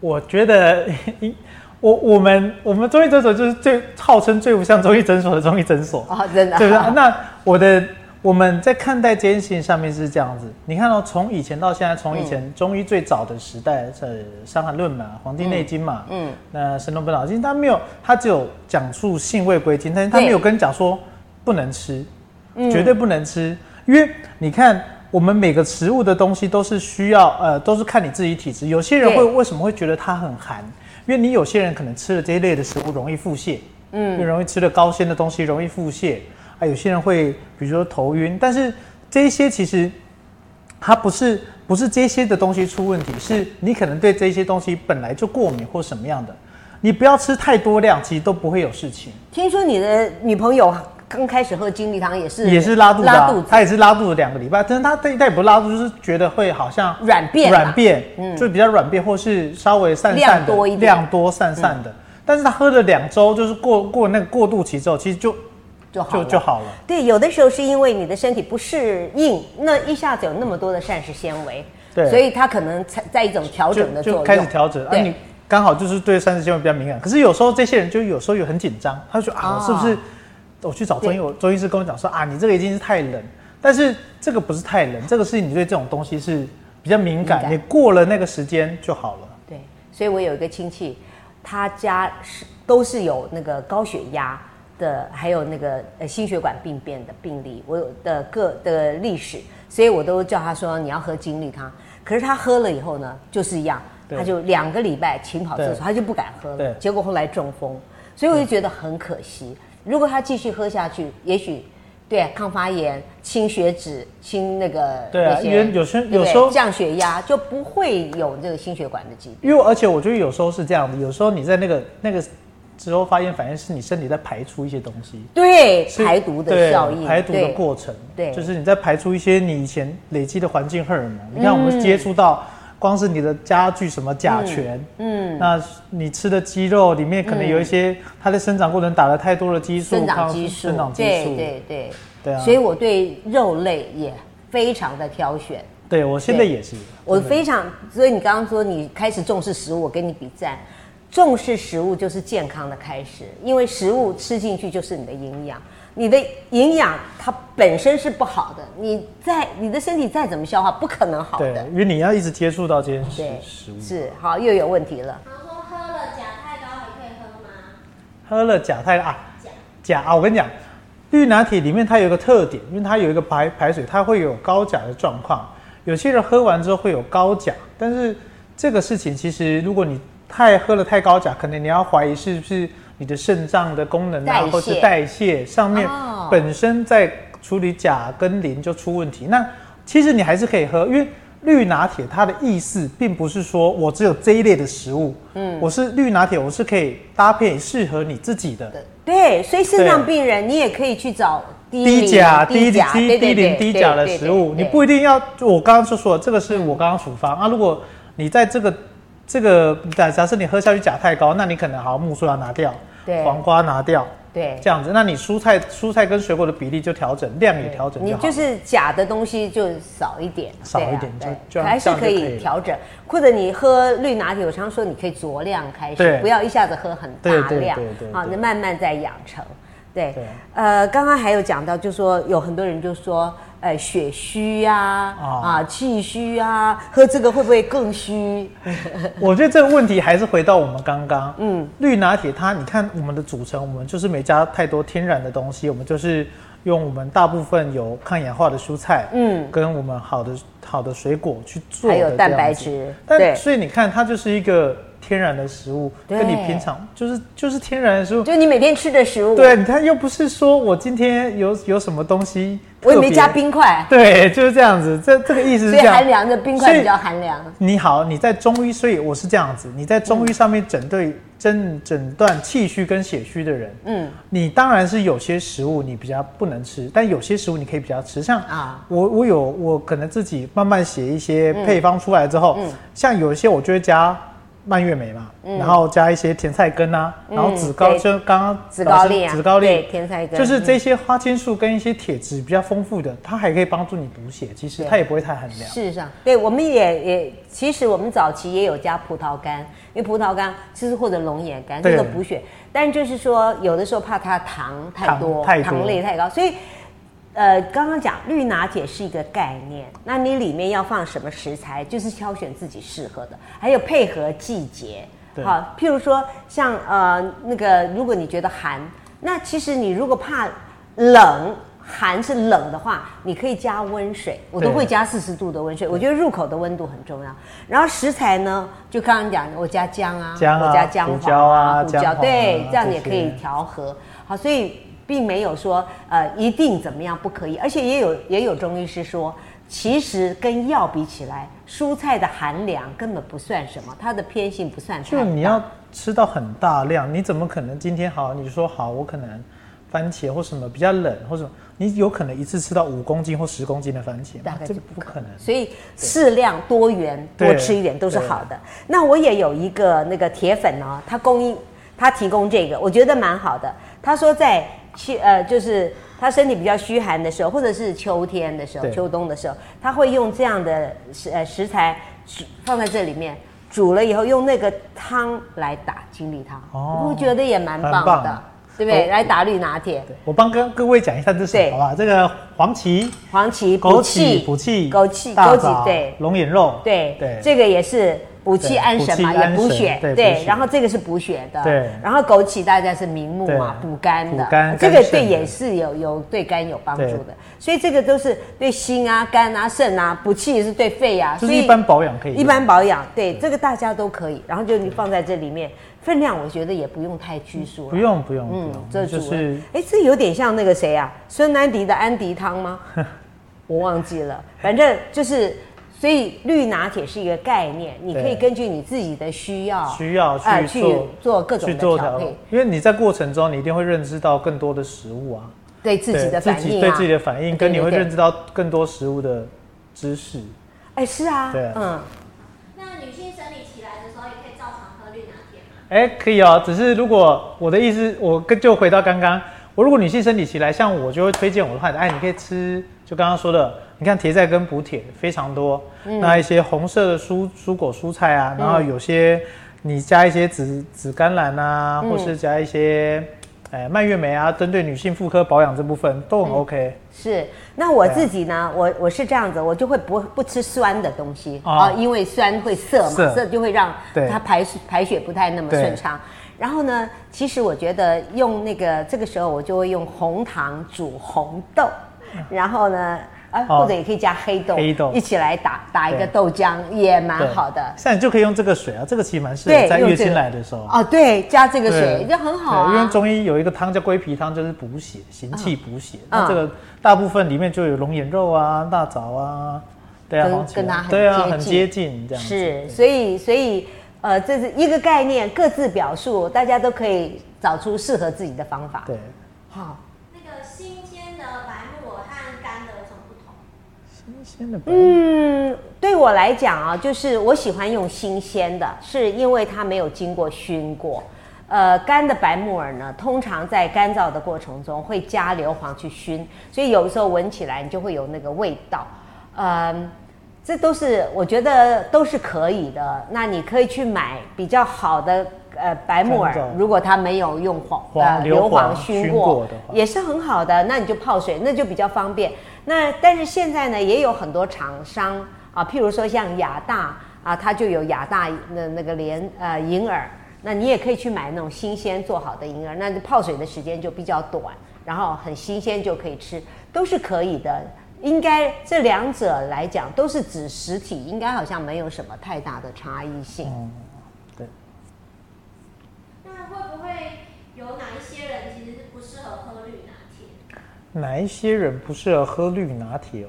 Speaker 2: 我觉得 我我们我们中医诊所就是最号称最不像中医诊所的中医诊所，
Speaker 3: 哦， 真的，
Speaker 2: 对不对？那我的我们在看待这件事情上面是这样子，你看到、从以前到现在，从以
Speaker 3: 嗯
Speaker 2: 前中医最早的时代，呃，《伤寒论》嘛，《黄帝内经》嘛，嗯，那《神农本草经》，它没有，它只有讲述性味归经，但是它
Speaker 3: 对
Speaker 2: 没有跟你讲说不能吃，绝对不能吃，因为你看。我们每个食物的东西都是需要，呃，都是看你自己体质。有些人
Speaker 3: 对
Speaker 2: 会为什么会觉得它很寒？因为你有些人可能吃了这一类的食物容易腹泻，嗯，容易吃了高纤的东西容易腹泻啊。有些人会比如说头晕，但是这一些其实它不是不是这些的东西出问题，是你可能对这些东西本来就过敏或什么样的。你不要吃太多量，其实都不会有事情，
Speaker 3: 听说你的女朋友刚开始喝精力汤也是
Speaker 2: 也是拉肚子、啊，
Speaker 3: 拉肚子，
Speaker 2: 他也是拉肚子两个礼拜，但是他他他也不是拉肚子，就是觉得会好像
Speaker 3: 软便啦
Speaker 2: 软便，就比较软便，或是稍微散散的，
Speaker 3: 量多一点嗯
Speaker 2: 量多散散的。但是他喝了两周，就是过过那个过渡期之后，其实就
Speaker 3: 就好
Speaker 2: 就
Speaker 3: 了
Speaker 2: 就好了。
Speaker 3: 对，有的时候是因为你的身体不适应，那一下子有那么多的膳食纤维，
Speaker 2: 对
Speaker 3: 所以它可能才在一种调整的作
Speaker 2: 就
Speaker 3: 用，
Speaker 2: 开始调整。啊，
Speaker 3: 对
Speaker 2: 你刚好就是对膳食纤维比较敏感，可是有时候这些人就有时候有很紧张，他就说啊，
Speaker 3: 哦
Speaker 2: 我是不是我去找中医，
Speaker 3: 对
Speaker 2: 我中医师跟我讲说啊，你这个已经是太冷，但是这个不是太冷，这个是你对这种东西是比较敏感，
Speaker 3: 敏感
Speaker 2: 你过了那个时间就好了。
Speaker 3: 对，所以我有一个亲戚，他家是都是有那个高血压的，还有那个呃心血管病变的病例，我有的个的历史，所以我都叫他说你要喝精力汤。可是他喝了以后呢，就是一样，
Speaker 2: 对
Speaker 3: 他就两个礼拜勤跑厕所，
Speaker 2: 对
Speaker 3: 他就不敢喝了
Speaker 2: 对，
Speaker 3: 结果后来中风，所以我就觉得很可惜。如果他继续喝下去，也许。对、抗发炎、清血脂、清那个
Speaker 2: 对啊
Speaker 3: 那些
Speaker 2: 因为有些
Speaker 3: 对不
Speaker 2: 有
Speaker 3: 对
Speaker 2: 时候
Speaker 3: 降血压就不会有这个心血管的疾病。
Speaker 2: 因为而且我觉得有时候是这样的，有时候你在那个那个之后发现，反应是你身体在排出一些东西。
Speaker 3: 对
Speaker 2: 是
Speaker 3: 排毒的
Speaker 2: 对
Speaker 3: 效应，
Speaker 2: 排毒的
Speaker 3: 对
Speaker 2: 过程，
Speaker 3: 对嗯
Speaker 2: 就是你在排出一些你以前累积的环境荷尔蒙。你看，我们接触到光是你的家具什么甲醛，嗯，那你吃的鸡肉里面可能有一些它在生长过程打了太多的激素，
Speaker 3: 嗯生长
Speaker 2: 抗
Speaker 3: 激素，
Speaker 2: 生长激
Speaker 3: 对
Speaker 2: 素，
Speaker 3: 对对，
Speaker 2: 对啊
Speaker 3: 所以我对肉类也非常的挑选。
Speaker 2: 对我现在也是，
Speaker 3: 我
Speaker 2: 真的
Speaker 3: 非常，所以你刚刚说你开始重视食物，我跟你比赞，重视食物就是健康的开始，因为食物吃进去就是你的营养，你的营养它本身是不好的，你再你的身体再怎么消化，不可能好
Speaker 2: 对
Speaker 3: 的，，
Speaker 2: 因为你要一直接触到这些食
Speaker 3: 对，
Speaker 2: 食物，
Speaker 3: 是好又有问题了，
Speaker 4: 他说喝了甲太高还可以喝吗？
Speaker 2: 喝了甲太啊
Speaker 4: 甲
Speaker 2: 钾啊，我跟你讲，绿拿铁里面它有一个特点，因为它有一个排排水，它会有高钾的状况。有些人喝完之后会有高钾，但是这个事情其实如果你太喝了太高钾，可能你要怀疑是不是你的肾脏的功能
Speaker 3: 代
Speaker 2: 啊
Speaker 3: 谢，
Speaker 2: 或是代谢上面
Speaker 3: 哦
Speaker 2: 本身在处理钾跟磷就出问题。那其实你还是可以喝，因为绿拿铁它的意思并不是说我只有这一类的食物，嗯，我是绿拿铁，我是可以搭配适合你自己的。
Speaker 3: 对，所以肾脏
Speaker 2: 对
Speaker 3: 病人你也可以去找低
Speaker 2: 低
Speaker 3: 磷
Speaker 2: 钾、低低
Speaker 3: 对对对
Speaker 2: 低磷、低
Speaker 3: 对
Speaker 2: 钾的
Speaker 3: 对
Speaker 2: 食
Speaker 3: 对
Speaker 2: 物，
Speaker 3: 对嗯
Speaker 2: 你不一定要。我刚刚就说了，这个是我刚刚处方啊。如果你在这个这个假假设你喝下去钾太高，那你可能好木薯要拿掉
Speaker 3: 对，
Speaker 2: 黄瓜拿掉，
Speaker 3: 对
Speaker 2: 这样子。那你蔬菜蔬菜跟水果的比例就调整，量也调整
Speaker 3: 你
Speaker 2: 就好
Speaker 3: 就
Speaker 2: 了。
Speaker 3: 是假的东西就少一点，
Speaker 2: 少
Speaker 3: 对啊
Speaker 2: 一点
Speaker 3: 对
Speaker 2: 就就
Speaker 3: 还是
Speaker 2: 这样就
Speaker 3: 可
Speaker 2: 可以
Speaker 3: 以
Speaker 2: 了
Speaker 3: 调整。或者你喝绿拿铁，我常说你可以酌量开始
Speaker 2: 对，
Speaker 3: 不要一下子喝很大
Speaker 2: 对对
Speaker 3: 量
Speaker 2: 对对，
Speaker 3: 啊，
Speaker 2: 对
Speaker 3: 你慢慢再养成。对
Speaker 2: 对，
Speaker 3: 呃，刚刚还有讲到，就说有很多人就说，呃，血虚啊，
Speaker 2: 哦
Speaker 3: 啊，气虚啊，喝这个会不会更虚？
Speaker 2: 我觉得这个问题还是回到我们刚刚，嗯，绿拿铁它，你看我们的组成，我们就是没加太多天然的东西，我们就是用我们大部分有抗氧化的蔬菜，
Speaker 3: 嗯
Speaker 2: 嗯，跟我们好的好的水果去做，
Speaker 3: 还有蛋白。质，
Speaker 2: 但所以你看，它就是一个天然的食物，
Speaker 3: 对
Speaker 2: 跟你平常就是就是天然的食物。
Speaker 3: 就你每天吃的食物，
Speaker 2: 对，你啊看又不是说我今天有有什么东西，
Speaker 3: 我也没加。冰块，
Speaker 2: 对，就是这样子，这这个意思是
Speaker 3: 所
Speaker 2: 这
Speaker 3: 以
Speaker 2: 样。
Speaker 3: 寒凉的冰
Speaker 2: 所
Speaker 3: 块
Speaker 2: 以
Speaker 3: 比较寒凉。
Speaker 2: 你好，你在中医，所以我是这样子，你在中医上面诊对诊诊断气虚跟血虚的人，
Speaker 3: 嗯
Speaker 2: 嗯，你当然是有些食物你比较不能吃，但有些食物你可以比较吃，像
Speaker 3: 啊
Speaker 2: 啊，我我有我可能自己慢慢写一些配方出来之后，
Speaker 3: 嗯
Speaker 2: 像有一些我就会加。蔓越莓嘛，然后加一些甜菜根啊，然后紫高
Speaker 3: 嗯对
Speaker 2: 就刚刚
Speaker 3: 紫高丽啊，
Speaker 2: 紫高
Speaker 3: 对
Speaker 2: 丽，
Speaker 3: 甜菜根，嗯
Speaker 2: 就是这些花青素跟一些铁质比较丰富的，它还可以帮助你补血，其实
Speaker 3: 对
Speaker 2: 它也不会太寒凉。
Speaker 3: 事实上，对我们也也，其实我们早期也有加葡萄干，因为葡萄干其实或者龙眼干这
Speaker 2: 对
Speaker 3: 个补血，但就是说有的时候怕它糖太多，
Speaker 2: 糖太多
Speaker 3: 糖类太高，所以。呃，刚刚讲绿拿铁是一个概念，那你里面要放什么食材，就是挑选自己适合的，还有配合季节。
Speaker 2: 对
Speaker 3: 好，譬如说像呃那个，如果你觉得寒，那其实你如果怕冷，寒是冷的话，你可以加温水，我都
Speaker 2: 对
Speaker 3: 会加四十度的温水。我觉得入口的温度很重要。然后食材呢，就刚刚讲，我加姜啊，
Speaker 2: 姜啊
Speaker 3: 我加姜黄
Speaker 2: 胡椒啊
Speaker 3: 胡
Speaker 2: 姜
Speaker 3: 椒，
Speaker 2: 黄啊
Speaker 3: 对，这样也可
Speaker 2: 这
Speaker 3: 以
Speaker 2: 些
Speaker 3: 调和。好，所以并没有说呃一定怎么样不可以，而且也有也有中医师说，其实跟药比起来，蔬菜的含量根本不算什么，它的偏性不算太
Speaker 2: 就
Speaker 3: 大。
Speaker 2: 你要吃到很大量，你怎么可能今天好？你说好，我可能番茄或什么比较冷或什么，你有可能一次吃到五公斤或十公斤的番茄吗，
Speaker 3: 大概
Speaker 2: 这
Speaker 3: 就
Speaker 2: 不可能。
Speaker 3: 所以适量多元多
Speaker 2: 对
Speaker 3: 吃一点都是好的。那我也有一个那个铁粉哦，他供应他提供这个，我觉得蛮好的。他说在气呃，就是他身体比较虚寒的时候，或者是秋天的时候、
Speaker 2: 对
Speaker 3: 秋冬的时候，他会用这样的食呃食材煮放在这里面。煮了以后用那个汤来打精力汤，
Speaker 2: 哦
Speaker 3: 我觉得也蛮棒的，
Speaker 2: 很棒
Speaker 3: 对不对？
Speaker 2: 我
Speaker 3: 来打绿拿铁，
Speaker 2: 对我帮跟各位讲一下这是什
Speaker 3: 对
Speaker 2: 么好吧？这个黄芪、
Speaker 3: 黄芪补
Speaker 2: 枸
Speaker 3: 气
Speaker 2: 杞、补气、
Speaker 3: 枸杞、
Speaker 2: 大
Speaker 3: 枸
Speaker 2: 枣
Speaker 3: 杞，对，
Speaker 2: 龙眼肉，
Speaker 3: 对
Speaker 2: 哦对，
Speaker 3: 这个也是补气安神嘛，
Speaker 2: 对补气
Speaker 3: 也
Speaker 2: 安神
Speaker 3: 补血，
Speaker 2: 对补
Speaker 3: 对。
Speaker 2: 血
Speaker 3: 然后这个是补血的，
Speaker 2: 对
Speaker 3: 然后枸杞大家是明目嘛，
Speaker 2: 对
Speaker 3: 补肝的，
Speaker 2: 补肝
Speaker 3: 这个
Speaker 2: 肝肾
Speaker 3: 对
Speaker 2: 的
Speaker 3: 也是有有对肝有帮助
Speaker 2: 对
Speaker 3: 的。所以这个都是对心啊、肝啊、肾啊补气也是对肺啊，
Speaker 2: 就
Speaker 3: 所
Speaker 2: 是
Speaker 3: 以
Speaker 2: 一般保养可以用。
Speaker 3: 一般保养，对这个大家都可以。然后就你放在这里面，分量我觉得也不用太拘束了，
Speaker 2: 不用不用不
Speaker 3: 嗯
Speaker 2: 用，，
Speaker 3: 这
Speaker 2: 啊就
Speaker 3: 煮了
Speaker 2: 是，
Speaker 3: 哎，这有点像那个谁啊，孙安迪的安迪汤 吗？我忘记了，反正就是，所以绿拿铁是一个概念，你可以
Speaker 2: 对
Speaker 3: 根据你自己的需要，
Speaker 2: 需要
Speaker 3: 啊
Speaker 2: 去
Speaker 3: 去
Speaker 2: 做
Speaker 3: 做各种
Speaker 2: 去
Speaker 3: 的
Speaker 2: 做
Speaker 3: 调
Speaker 2: 调
Speaker 3: 配，，
Speaker 2: 因为你在过程中你一定会认知到更多的食物啊，
Speaker 3: 对自己
Speaker 2: 对
Speaker 3: 的反
Speaker 2: 自己
Speaker 3: 应
Speaker 2: 对
Speaker 3: 啊
Speaker 2: 自己的反应，
Speaker 3: 对
Speaker 2: 跟你会
Speaker 3: 对对
Speaker 2: 认知到更多食物的知识。
Speaker 3: 哎，是啊
Speaker 2: 对，
Speaker 3: 嗯，
Speaker 4: 来的时候也可以照常喝绿拿铁嘛。
Speaker 2: 哎，可以哦。只是如果我的意思，我跟就回到刚刚，我如果女性生理期来，像我就会推荐我的话，哎，你可以吃，就刚刚说的，你看铁在跟补铁非常多，
Speaker 3: 嗯
Speaker 2: 那一些红色的蔬蔬果蔬菜啊，然后有些你加一些紫紫甘蓝啊，
Speaker 3: 嗯
Speaker 2: 或是加一些。哎，蔓越莓啊，针对女性妇科保养这部分都
Speaker 3: 嗯
Speaker 2: 很 OK。
Speaker 3: 是，那我
Speaker 2: 对啊
Speaker 3: 自己呢，我我是这样子，我就会不不吃酸的东西
Speaker 2: 啊
Speaker 3: 啊、因为酸会涩嘛，
Speaker 2: 涩
Speaker 3: 涩就会让
Speaker 2: 对
Speaker 3: 它排水排血不太那么
Speaker 2: 对
Speaker 3: 顺畅。然后呢，其实我觉得用那个这个时候我就会用红糖煮红豆，然后呢，啊，
Speaker 2: 嗯哦
Speaker 3: 或者也可以加黑豆，
Speaker 2: 黑豆
Speaker 3: 一起来打打一个
Speaker 2: 对
Speaker 3: 豆浆也蛮
Speaker 2: 对
Speaker 3: 啊好的。
Speaker 2: 现在就可以用这个水啊，这个其实蛮适合
Speaker 3: 对，
Speaker 2: 在
Speaker 3: 用
Speaker 2: 月
Speaker 3: 这
Speaker 2: 经
Speaker 3: 个
Speaker 2: 来的时候。
Speaker 3: 哦，对，加这个
Speaker 2: 对
Speaker 3: 水就很好啊。
Speaker 2: 对因为中医有一个汤叫归脾汤，就是补血、行气补血。
Speaker 3: 嗯
Speaker 2: 那这个大部分里面就有龙眼肉啊、大枣啊，对啊，
Speaker 3: 跟
Speaker 2: 黄芪啊
Speaker 3: 跟它很
Speaker 2: 对啊，
Speaker 3: 接
Speaker 2: 很
Speaker 3: 近
Speaker 2: 接近这样子。
Speaker 3: 是，所以所以呃，这是一个概念，各自表述，大家都可以找出适合自己的方法。
Speaker 2: 对，
Speaker 3: 好，
Speaker 4: 那个新鲜的白木耳和干的有什么不同？
Speaker 2: 新鲜的白
Speaker 3: 嗯，对我来讲啊，就是我喜欢用新鲜的，是因为它没有经过熏过。呃，干的白木耳呢，通常在干燥的过程中会加硫磺去熏，所以有时候闻起来你就会有那个味道。嗯，这都是我觉得都是可以的。那你可以去买比较好的呃白木耳
Speaker 2: 干燥，
Speaker 3: 如果它没有用黄
Speaker 2: 黄
Speaker 3: 呃
Speaker 2: 硫
Speaker 3: 硫
Speaker 2: 磺
Speaker 3: 磺熏
Speaker 2: 熏
Speaker 3: 过
Speaker 2: 过的话
Speaker 3: 也是很好的，那你就泡水，那就比较方便。那但是现在呢，也有很多厂商啊，譬如说像雅大啊，它就有雅大那那个莲呃银耳，那你也可以去买那种新鲜做好的银耳，那就泡水的时间就比较短，然后很新鲜就可以吃，都是可以的。应该这两者来讲都是指实体，应该好像没有什么太大的差异性。
Speaker 2: 嗯，对，
Speaker 4: 那会不会有哪一些人其实是不适合喝绿拿铁？
Speaker 2: 哪一些人不适合喝绿拿铁哦？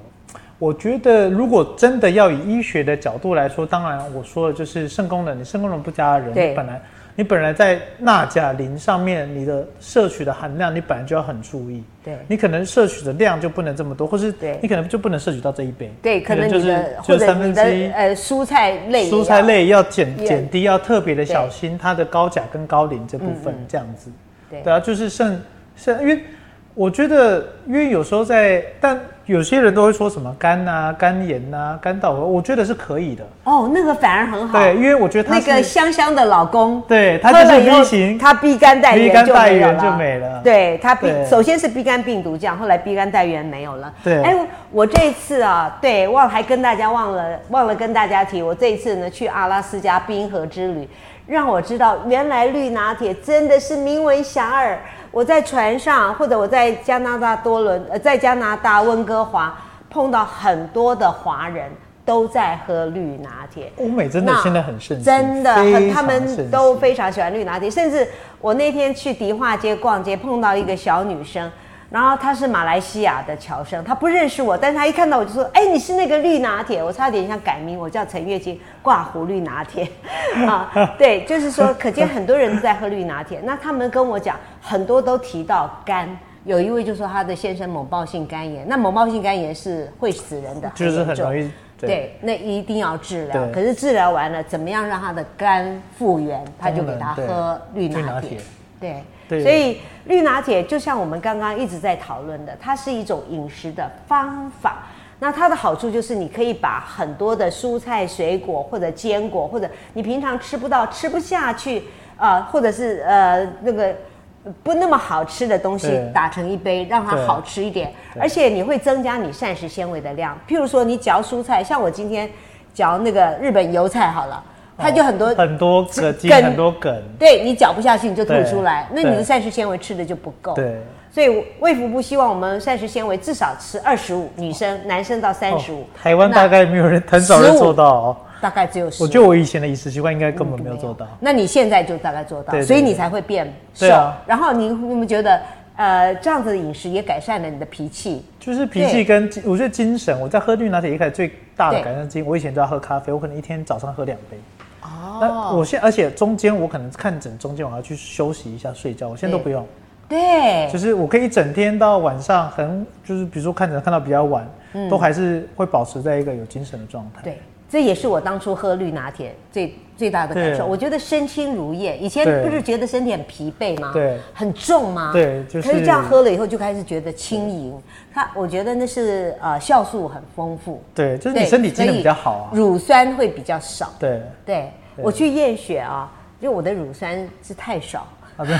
Speaker 2: 我觉得，如果真的要以医学的角度来说，当然我说的就是肾功能，你肾功能不佳的人，
Speaker 3: 对
Speaker 2: 你本来你本来在钠钾磷上面，你的摄取的含量，你本来就要很注意。
Speaker 3: 对
Speaker 2: 你可能摄取的量就不能这么多，或是
Speaker 3: 对
Speaker 2: 你可能就不能摄取到这一杯。
Speaker 3: 对，可能
Speaker 2: 就
Speaker 3: 你
Speaker 2: 是
Speaker 3: 的、
Speaker 2: 就
Speaker 3: 或
Speaker 2: 是
Speaker 3: 者
Speaker 2: 三
Speaker 3: 你
Speaker 2: 分
Speaker 3: 的
Speaker 2: 之一。
Speaker 3: 呃蔬菜类也
Speaker 2: 蔬菜
Speaker 3: 要
Speaker 2: 类要减
Speaker 3: 也
Speaker 2: 减低，要特别的
Speaker 3: 对嗯
Speaker 2: 小心它的高钾跟高磷这部分，这样子。
Speaker 3: 对
Speaker 2: 啊，就是肾肾，因为我觉得，因为有时候在，但有些人都会说什么肝啊、肝炎啊、肝导核，我觉得是可以的。
Speaker 3: 哦，那个反而很好。
Speaker 2: 对，因为我觉得它
Speaker 3: 那
Speaker 2: 是
Speaker 3: 个香香的老公，
Speaker 2: 对它
Speaker 3: 喝
Speaker 2: 就
Speaker 3: 了
Speaker 2: 是
Speaker 3: 以后
Speaker 2: B 型，
Speaker 3: 他 B 肝带源
Speaker 2: B 肝
Speaker 3: 就
Speaker 2: 带
Speaker 3: 没有
Speaker 2: 源
Speaker 3: 了，
Speaker 2: 就没了
Speaker 3: 对，他 B
Speaker 2: 对
Speaker 3: 首先是 B 肝病毒这样，后来 B 肝带源没有了。
Speaker 2: 对
Speaker 3: 哎，我这一次啊，对，忘了还跟大家忘了忘了跟大家提，我这一次呢去阿拉斯加冰河之旅，让我知道原来绿拿铁真的是名闻遐迩。我在船上，或者我在加拿大多伦，呃，在加拿大温哥华碰到很多的华人都在喝绿拿铁，
Speaker 2: 欧美真的
Speaker 3: 那
Speaker 2: 现在很盛行，
Speaker 3: 真的
Speaker 2: 非
Speaker 3: 很，
Speaker 2: 常
Speaker 3: 他们
Speaker 2: 盛
Speaker 3: 都
Speaker 2: 行
Speaker 3: 非常喜欢绿拿铁。甚至我那天去迪化街逛街，碰到一个小女生，然后她是马来西亚的侨生，她不认识我，但是她一看到我就说：“哎，你是那个绿拿铁！”我差点想改名，我叫陈月清，挂糊绿拿铁。啊，对，就是说，可见很多人都在喝绿拿铁。那他们跟我讲，很多都提到肝。有一位就说他的先生猛暴性肝炎，那猛暴性肝炎是会死人的，
Speaker 2: 就是很
Speaker 3: 严重
Speaker 2: 容易对
Speaker 3: 对，那一定要治疗。
Speaker 2: 对
Speaker 3: 可是治疗完了，怎么样让他的肝复原？他就给他
Speaker 2: 功能对
Speaker 3: 喝绿
Speaker 2: 绿
Speaker 3: 拿
Speaker 2: 拿
Speaker 3: 铁
Speaker 2: 铁。
Speaker 3: 对，
Speaker 2: 对
Speaker 3: 所以绿拿铁就像我们刚刚一直在讨论的，它是一种饮食的方法。那它的好处就是，你可以把很多的蔬菜、水果或者坚果，或者你平常吃不到、吃不下去啊、呃或者是呃那个不那么好吃的东西
Speaker 2: 对
Speaker 3: 打成一杯，让它
Speaker 2: 对
Speaker 3: 好吃一点，
Speaker 2: 对
Speaker 3: 而且你会增加你膳食纤维的量。譬如说，你嚼蔬菜，像我今天嚼那个日本油菜好了，它就很多
Speaker 2: 哦很多个筋，
Speaker 3: 梗
Speaker 2: 很多梗，
Speaker 3: 对你嚼不下去，你就吐
Speaker 2: 对
Speaker 3: 出来，那你
Speaker 2: 对
Speaker 3: 的膳食纤维吃的就不够。
Speaker 2: 对。
Speaker 3: 所以卫福部希望我们膳食纤维至少吃二十五，女生、男生到三十五
Speaker 2: 哦。台湾大概没有人，很少人
Speaker 3: 15
Speaker 2: 做到哦。
Speaker 3: 那大概只有十。嗯
Speaker 2: 我觉得我以前的饮食习惯应该根本没有做到。
Speaker 3: 那你现在就大概做到，
Speaker 2: 对对
Speaker 3: 所以你才会变瘦
Speaker 2: 对啊。
Speaker 3: 然后你你们觉得，呃，这样子的饮食也改善了你的脾气，
Speaker 2: 就是脾气跟精我觉得精神，我在喝绿拿铁一开始最大的改善精，我以前都要喝咖啡，我可能一天早上喝两杯。哦，那我现而且中间我可能看诊中间我要去休息一下睡觉，我现在都
Speaker 3: 对
Speaker 2: 不用，
Speaker 3: 对
Speaker 2: 就，是我可以一整天到晚上很就是比如说看诊看到比较晚，都还是会保持在一个有精神的状态。
Speaker 3: 嗯对，这也是我当初喝绿拿铁最最大的感受。
Speaker 2: 对
Speaker 3: 我觉得身轻如燕，以前
Speaker 2: 对
Speaker 3: 不是觉得身体很疲惫吗？
Speaker 2: 对
Speaker 3: 很重吗？
Speaker 2: 对就是
Speaker 3: 可是这样喝了以后就开始觉得轻盈。它，我觉得那是呃酵素很丰富，
Speaker 2: 对，就是你
Speaker 3: 对
Speaker 2: 身体机能
Speaker 3: 所以嗯
Speaker 2: 比较好啊。
Speaker 3: 乳酸会比较少。
Speaker 2: 对，
Speaker 3: 对，
Speaker 2: 对
Speaker 3: 我去验血啊，因为我的乳酸是太少，
Speaker 2: 啊对，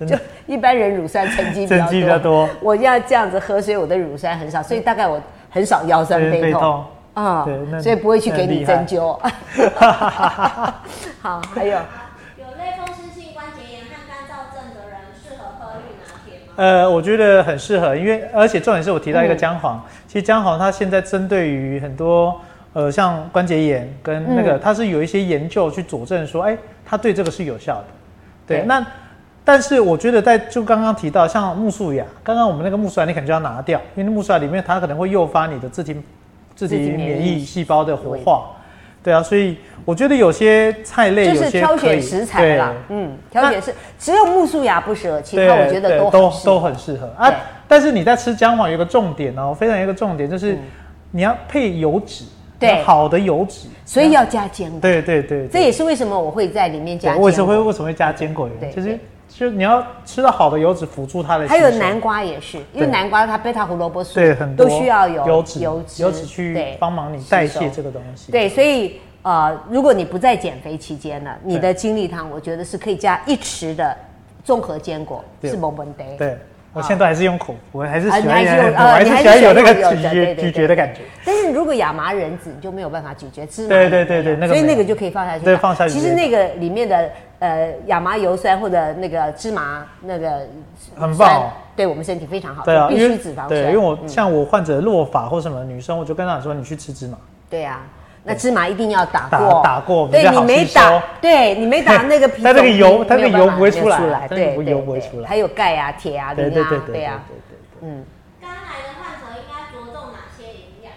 Speaker 2: 真
Speaker 3: 就
Speaker 2: 的，
Speaker 3: 一般人乳酸沉积比较
Speaker 2: 沉
Speaker 3: 多，
Speaker 2: 积比较多
Speaker 3: 我要这样子喝，所以我的乳酸很少，所以大概我很少腰酸
Speaker 2: 对
Speaker 3: 背
Speaker 2: 背
Speaker 3: 痛
Speaker 2: 痛
Speaker 3: 啊
Speaker 2: 对那，
Speaker 3: 所以不会去
Speaker 2: 那
Speaker 3: 给你
Speaker 2: 厉害
Speaker 3: 针灸。 好， 还有
Speaker 4: 啊有类风湿性关节炎和干燥症的人适合喝绿拿铁吗？
Speaker 2: 呃，我觉得很适合，因为而且重点是我提到一个姜黄，
Speaker 3: 嗯
Speaker 2: 其实姜黄它现在针对于很多呃像关节炎跟
Speaker 3: 嗯
Speaker 2: 那个，它是有一些研究去佐证说，哎，它对这个是有效的。对，
Speaker 3: 对
Speaker 2: 那但是我觉得在就刚刚提到像木素芽，刚刚我们那个木素芽你可能就要拿掉，因为木素芽里面它可能会诱发你的自体自体
Speaker 3: 自体免
Speaker 2: 免
Speaker 3: 疫
Speaker 2: 疫细胞的活化。对啊，所以我觉得有些菜类
Speaker 3: 就
Speaker 2: 有些
Speaker 3: 是挑
Speaker 2: 可以
Speaker 3: 选食材啦
Speaker 2: 对，
Speaker 3: 嗯，挑选是只有木素芽不适合，其
Speaker 2: 对，
Speaker 3: 他我觉得都
Speaker 2: 对都
Speaker 3: 很适合
Speaker 2: 都很适合啊
Speaker 3: 对。
Speaker 2: 但是你在吃姜黄有一个重点哦，非常有一个重点就是你要配油脂，
Speaker 3: 嗯对
Speaker 2: 要好的油脂。
Speaker 3: 所以要加坚果。
Speaker 2: 对对对，
Speaker 3: 这也是为什么我会在里面加
Speaker 2: 我为什
Speaker 3: 坚
Speaker 2: 么会
Speaker 3: 果，
Speaker 2: 为什么会加坚果原
Speaker 3: 对
Speaker 2: 因，就是
Speaker 3: 对
Speaker 2: 就是你要吃到好的油脂辅助它的吸
Speaker 3: 还
Speaker 2: 收。
Speaker 3: 有南瓜也是，因为
Speaker 2: 对
Speaker 3: 南瓜它贝塔胡萝卜素
Speaker 2: 对很多
Speaker 3: 都需要有
Speaker 2: 油脂
Speaker 3: 油脂
Speaker 2: 油脂去
Speaker 3: 对
Speaker 2: 帮忙你代
Speaker 3: 吸
Speaker 2: 谢
Speaker 3: 收
Speaker 2: 这个东西。
Speaker 3: 对，所以呃，如果你不在减肥期间了，你
Speaker 2: 对
Speaker 3: 的精力汤，我觉得是可以加一匙的综合坚果，
Speaker 2: 对
Speaker 3: 是蒙蒙的。
Speaker 2: 对，我
Speaker 3: 啊
Speaker 2: 现在还是用口服，我还是
Speaker 3: 啊
Speaker 2: 喜
Speaker 3: 你
Speaker 2: 欢
Speaker 3: 还
Speaker 2: 有
Speaker 3: 是
Speaker 2: 那
Speaker 3: 有
Speaker 2: 个，
Speaker 3: 啊
Speaker 2: 我还
Speaker 3: 你
Speaker 2: 是
Speaker 3: 还
Speaker 2: 喜
Speaker 3: 是
Speaker 2: 欢有
Speaker 3: 喜
Speaker 2: 那
Speaker 3: 欢
Speaker 2: 个
Speaker 3: 有
Speaker 2: 咀
Speaker 3: 的对
Speaker 2: 嚼
Speaker 3: 对
Speaker 2: 咀
Speaker 3: 对
Speaker 2: 嚼的感觉。
Speaker 3: 但是如果亚麻仁子，你就没有办法咀嚼芝麻
Speaker 2: 对
Speaker 3: 也没有，
Speaker 2: 对对对那个
Speaker 3: 所以
Speaker 2: 没
Speaker 3: 那
Speaker 2: 有
Speaker 3: 个就可以放下去。
Speaker 2: 对放下去
Speaker 3: 其实那个里面的呃亚麻油酸或者那个芝麻那个
Speaker 2: 很
Speaker 3: 酸
Speaker 2: 棒哦
Speaker 3: 对我们身体非常好，
Speaker 2: 对啊，
Speaker 3: 必
Speaker 2: 因为
Speaker 3: 须脂肪酸。
Speaker 2: 对，因为我
Speaker 3: 嗯
Speaker 2: 像我患者落发或什么女生，我就跟她说，你去吃芝麻。
Speaker 3: 对啊，那芝麻一定要打
Speaker 2: 打
Speaker 3: 过，
Speaker 2: 打过比
Speaker 3: 对
Speaker 2: 较
Speaker 3: 你
Speaker 2: 好
Speaker 3: 没
Speaker 2: 吸
Speaker 3: 打
Speaker 2: 收，
Speaker 3: 对你没打那 个皮，
Speaker 2: 它那个油它那个
Speaker 3: 没有办法
Speaker 2: 油不会出来
Speaker 3: 没有
Speaker 2: 它那
Speaker 3: 对
Speaker 2: 个
Speaker 3: 对
Speaker 2: 油不会
Speaker 3: 对
Speaker 2: 出来
Speaker 3: 还有钙啊、铁啊、
Speaker 2: 对
Speaker 3: 磷
Speaker 2: 对对
Speaker 3: 啊
Speaker 2: 对，
Speaker 3: 对
Speaker 2: 对
Speaker 3: 啊，
Speaker 2: 对对。
Speaker 3: 嗯，
Speaker 4: 肝癌的患者应该着重哪些营养？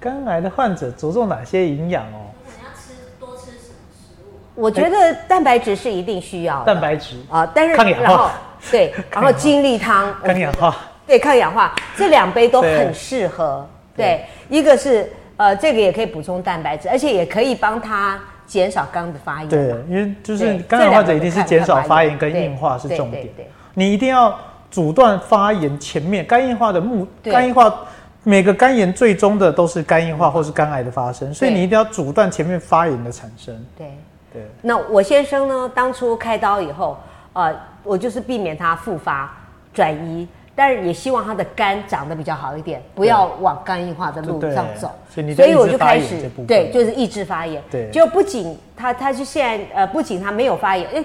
Speaker 2: 肝癌的患者着重哪些营养哦？
Speaker 4: 可能要吃多吃什么食物？
Speaker 3: 我觉得蛋白质是一定需要的
Speaker 2: 蛋白质、
Speaker 3: 啊，但是
Speaker 2: 抗氧化
Speaker 3: 然后对，然
Speaker 2: 抗氧
Speaker 3: 后
Speaker 2: 化
Speaker 3: 精力汤，我
Speaker 2: 肝氧化，
Speaker 3: 对抗氧化这两杯都
Speaker 2: 对
Speaker 3: 很适合。对，一个是呃，这个也可以补充蛋白质，而且也可以帮他减少肝的发炎。
Speaker 2: 对，因为就是
Speaker 3: 嗯对
Speaker 2: 肝癌患者一定
Speaker 3: 这两个
Speaker 2: 是
Speaker 3: 都看
Speaker 2: 减少发炎
Speaker 3: 看
Speaker 2: 跟
Speaker 3: 发炎
Speaker 2: 硬化是
Speaker 3: 对
Speaker 2: 重
Speaker 3: 对
Speaker 2: 点
Speaker 3: 对对，
Speaker 2: 你一定要阻断发炎前面肝硬化的目，
Speaker 3: 对嗯
Speaker 2: 肝硬化每个肝炎最终的都是肝硬化或是肝癌的发生，所以
Speaker 3: 对
Speaker 2: 你一定要阻断前面发炎的产生。
Speaker 3: 对。
Speaker 2: 对，
Speaker 3: 那我先生呢，当初开刀以后，呃，我就是避免他复发转移，但是也希望他的肝长得比较好一点，不要往肝硬化的路
Speaker 2: 对
Speaker 3: 上走。
Speaker 2: 所以你就
Speaker 3: 我
Speaker 2: 抑制
Speaker 3: 就
Speaker 2: 发
Speaker 3: 开
Speaker 2: 炎
Speaker 3: 始
Speaker 2: 这部分
Speaker 3: 对，就是抑制发炎。
Speaker 2: 对
Speaker 3: 就不仅他，他就现在呃，不仅他没有发炎，哎，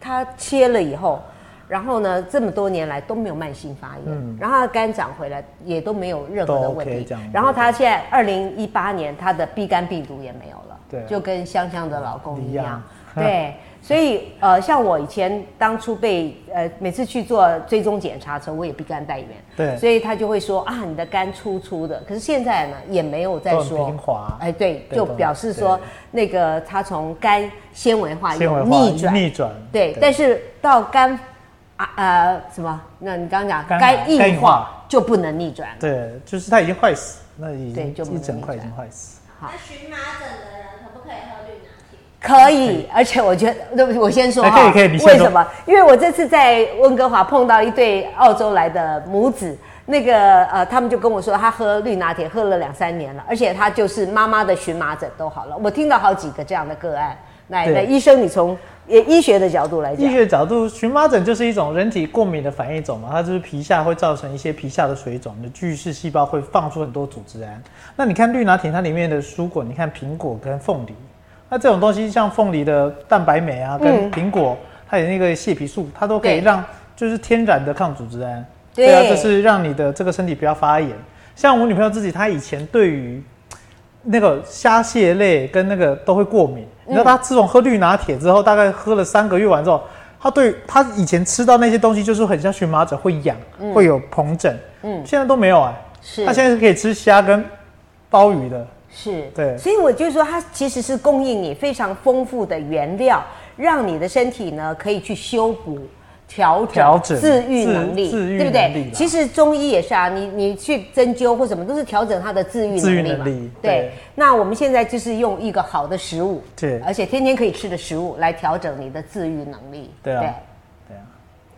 Speaker 3: 他切了以后。然后呢，这么多年来都没有慢性发炎，然后他的肝长回来也都没有任何的
Speaker 2: 嗯都
Speaker 3: 问
Speaker 2: OK，
Speaker 3: 题。
Speaker 2: 这样
Speaker 3: 然后他现在二零一八年，他的 B 肝病毒也没有了，
Speaker 2: 对啊
Speaker 3: 就跟香香的老公一
Speaker 2: 一
Speaker 3: 样
Speaker 2: 样。
Speaker 3: 对，所以呃，像我以前当初被呃每次去做追踪检查的时候，我也鼻肝代言，
Speaker 2: 对
Speaker 3: 所以他就会说啊，你的肝粗粗的。可是现在呢，也没有再
Speaker 2: 都很
Speaker 3: 说
Speaker 2: 平滑
Speaker 3: 哎，对，
Speaker 2: 对
Speaker 3: 就
Speaker 2: 都
Speaker 3: 表示说
Speaker 2: 对
Speaker 3: 那个他从肝纤维化
Speaker 2: 纤维
Speaker 3: 啊有
Speaker 2: 化
Speaker 3: 逆转，
Speaker 2: 逆转，
Speaker 3: 对，但是到肝啊呃什么？那你刚刚讲
Speaker 2: 肝
Speaker 3: 肝
Speaker 2: 癌肝
Speaker 3: 硬化
Speaker 2: 硬化
Speaker 3: 就不能逆转了。
Speaker 2: 对，就是它已经坏死，那已
Speaker 3: 对
Speaker 2: 经
Speaker 3: 就没
Speaker 2: 一
Speaker 3: 有
Speaker 2: 整块已
Speaker 3: 逆转
Speaker 2: 经坏死。
Speaker 3: 好
Speaker 4: 那荨麻疹的人可不可以喝绿拿铁？
Speaker 3: 可以，而且我觉得，对不起，我先说
Speaker 2: 哎
Speaker 3: 哈
Speaker 2: 可以可以你先
Speaker 3: 为
Speaker 2: 说
Speaker 3: 什么？因为我这次在温哥华碰到一对澳洲来的母子，那个呃，他们就跟我说，他喝绿拿铁喝了两三年了，而且他就是妈妈的荨麻疹都好了。我听到好几个这样的个案。来，
Speaker 2: 对
Speaker 3: 那医生，你从也医学的角度来
Speaker 2: 医
Speaker 3: 讲，
Speaker 2: 学角度，荨麻疹就是一种人体过敏的反应种嘛，它就是皮下会造成一些皮下的水肿，你的巨噬细胞会放出很多组织胺。那你看绿拿铁，它里面的蔬果，你看苹果跟凤梨，那这种东西像凤梨的蛋白酶啊，跟苹果、它有那个蟹皮素，它都可以
Speaker 3: 嗯对
Speaker 2: 让就是天然的抗组织胺。
Speaker 3: 对
Speaker 2: 啊，就是让你的这个身体不要发炎。像我女朋友自己，她以前对于那个虾蟹类跟那个都会过敏。你知道他自从喝绿拿铁之后，大概喝了三个月完之后，他对他以前吃到那些东西就是很像荨麻疹，会痒，会有红疹，嗯，现在都没有啊。
Speaker 3: 是
Speaker 2: 他现在是可以吃虾跟鲍鱼的，
Speaker 3: 是，
Speaker 2: 对
Speaker 3: 所以我就说，它其实是供应你非常丰富的原料，让你的身体呢可以去修补。调
Speaker 2: 调
Speaker 3: 整
Speaker 2: 整
Speaker 3: 自愈能力，
Speaker 2: 自自愈
Speaker 3: 对不
Speaker 2: 能力
Speaker 3: 对
Speaker 2: 啦？
Speaker 3: 其实中医也是啊，你你去针灸或什么，都是调整他的自愈
Speaker 2: 自愈
Speaker 3: 能力嘛。
Speaker 2: 能力
Speaker 3: 对
Speaker 2: 对
Speaker 3: 那我们现在就是用一个好的食物，
Speaker 2: 对
Speaker 3: 而且天天可以吃的食物来调整你的自愈能力。
Speaker 2: 对啊对啊，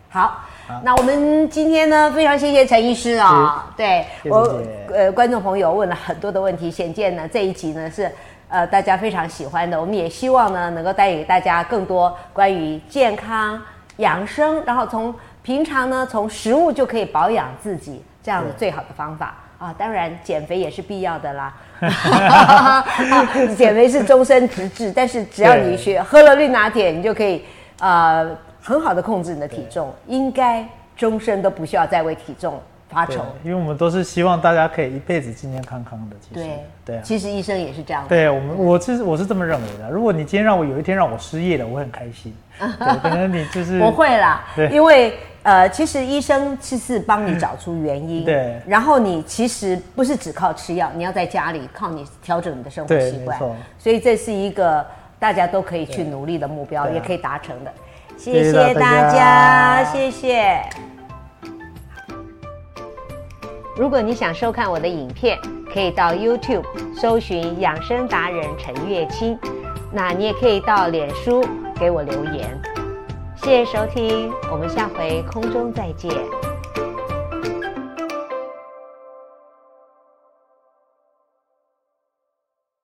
Speaker 3: 好
Speaker 2: 好，
Speaker 3: 那我们今天呢，非常谢谢陈医师啊、对
Speaker 2: 谢谢
Speaker 3: 我呃观众朋友问了很多的问题，显见呢这一集呢是呃大家非常喜欢的，我们也希望呢能够带给大家更多关于健康养生，然后从平常呢从食物就可以保养自己这样的
Speaker 2: 对
Speaker 3: 最好的方法。啊，当然减肥也是必要的啦， 啊 减肥是终身直至，但是只要你
Speaker 2: 对
Speaker 3: 学喝了绿拿铁，你就可以呃很好的控制你的体重，应该终身都不需要再为体重发
Speaker 2: 对啊
Speaker 3: 愁。，
Speaker 2: 因为我们都是希望大家可以一辈子健健康康的，其实
Speaker 3: 对
Speaker 2: 对啊。
Speaker 3: 其实医生也是这样的。
Speaker 2: 对我们，我其实我是这么认为的。如果你今天让我有一天让我失业了，我会很开心。对，可能你就是
Speaker 3: 不会啦
Speaker 2: 对，
Speaker 3: 因为呃，其实医生是是帮你找出原因，
Speaker 2: 对
Speaker 3: 然后你其实不是只靠吃药，你要在家里靠你调整你的生活
Speaker 2: 对
Speaker 3: 习惯
Speaker 2: 没错，
Speaker 3: 所以这是一个大家都可以去努力的目标，
Speaker 2: 对啊
Speaker 3: 也可以达成的。谢
Speaker 2: 谢谢
Speaker 3: 谢大
Speaker 2: 大
Speaker 3: 家，
Speaker 2: 家
Speaker 3: 谢谢。
Speaker 1: 如果你想收看我的影片，可以到 YouTube 搜寻“养生达人陈月清”，那你也可以到脸书给我留言。谢谢收听，我们下回空中再见。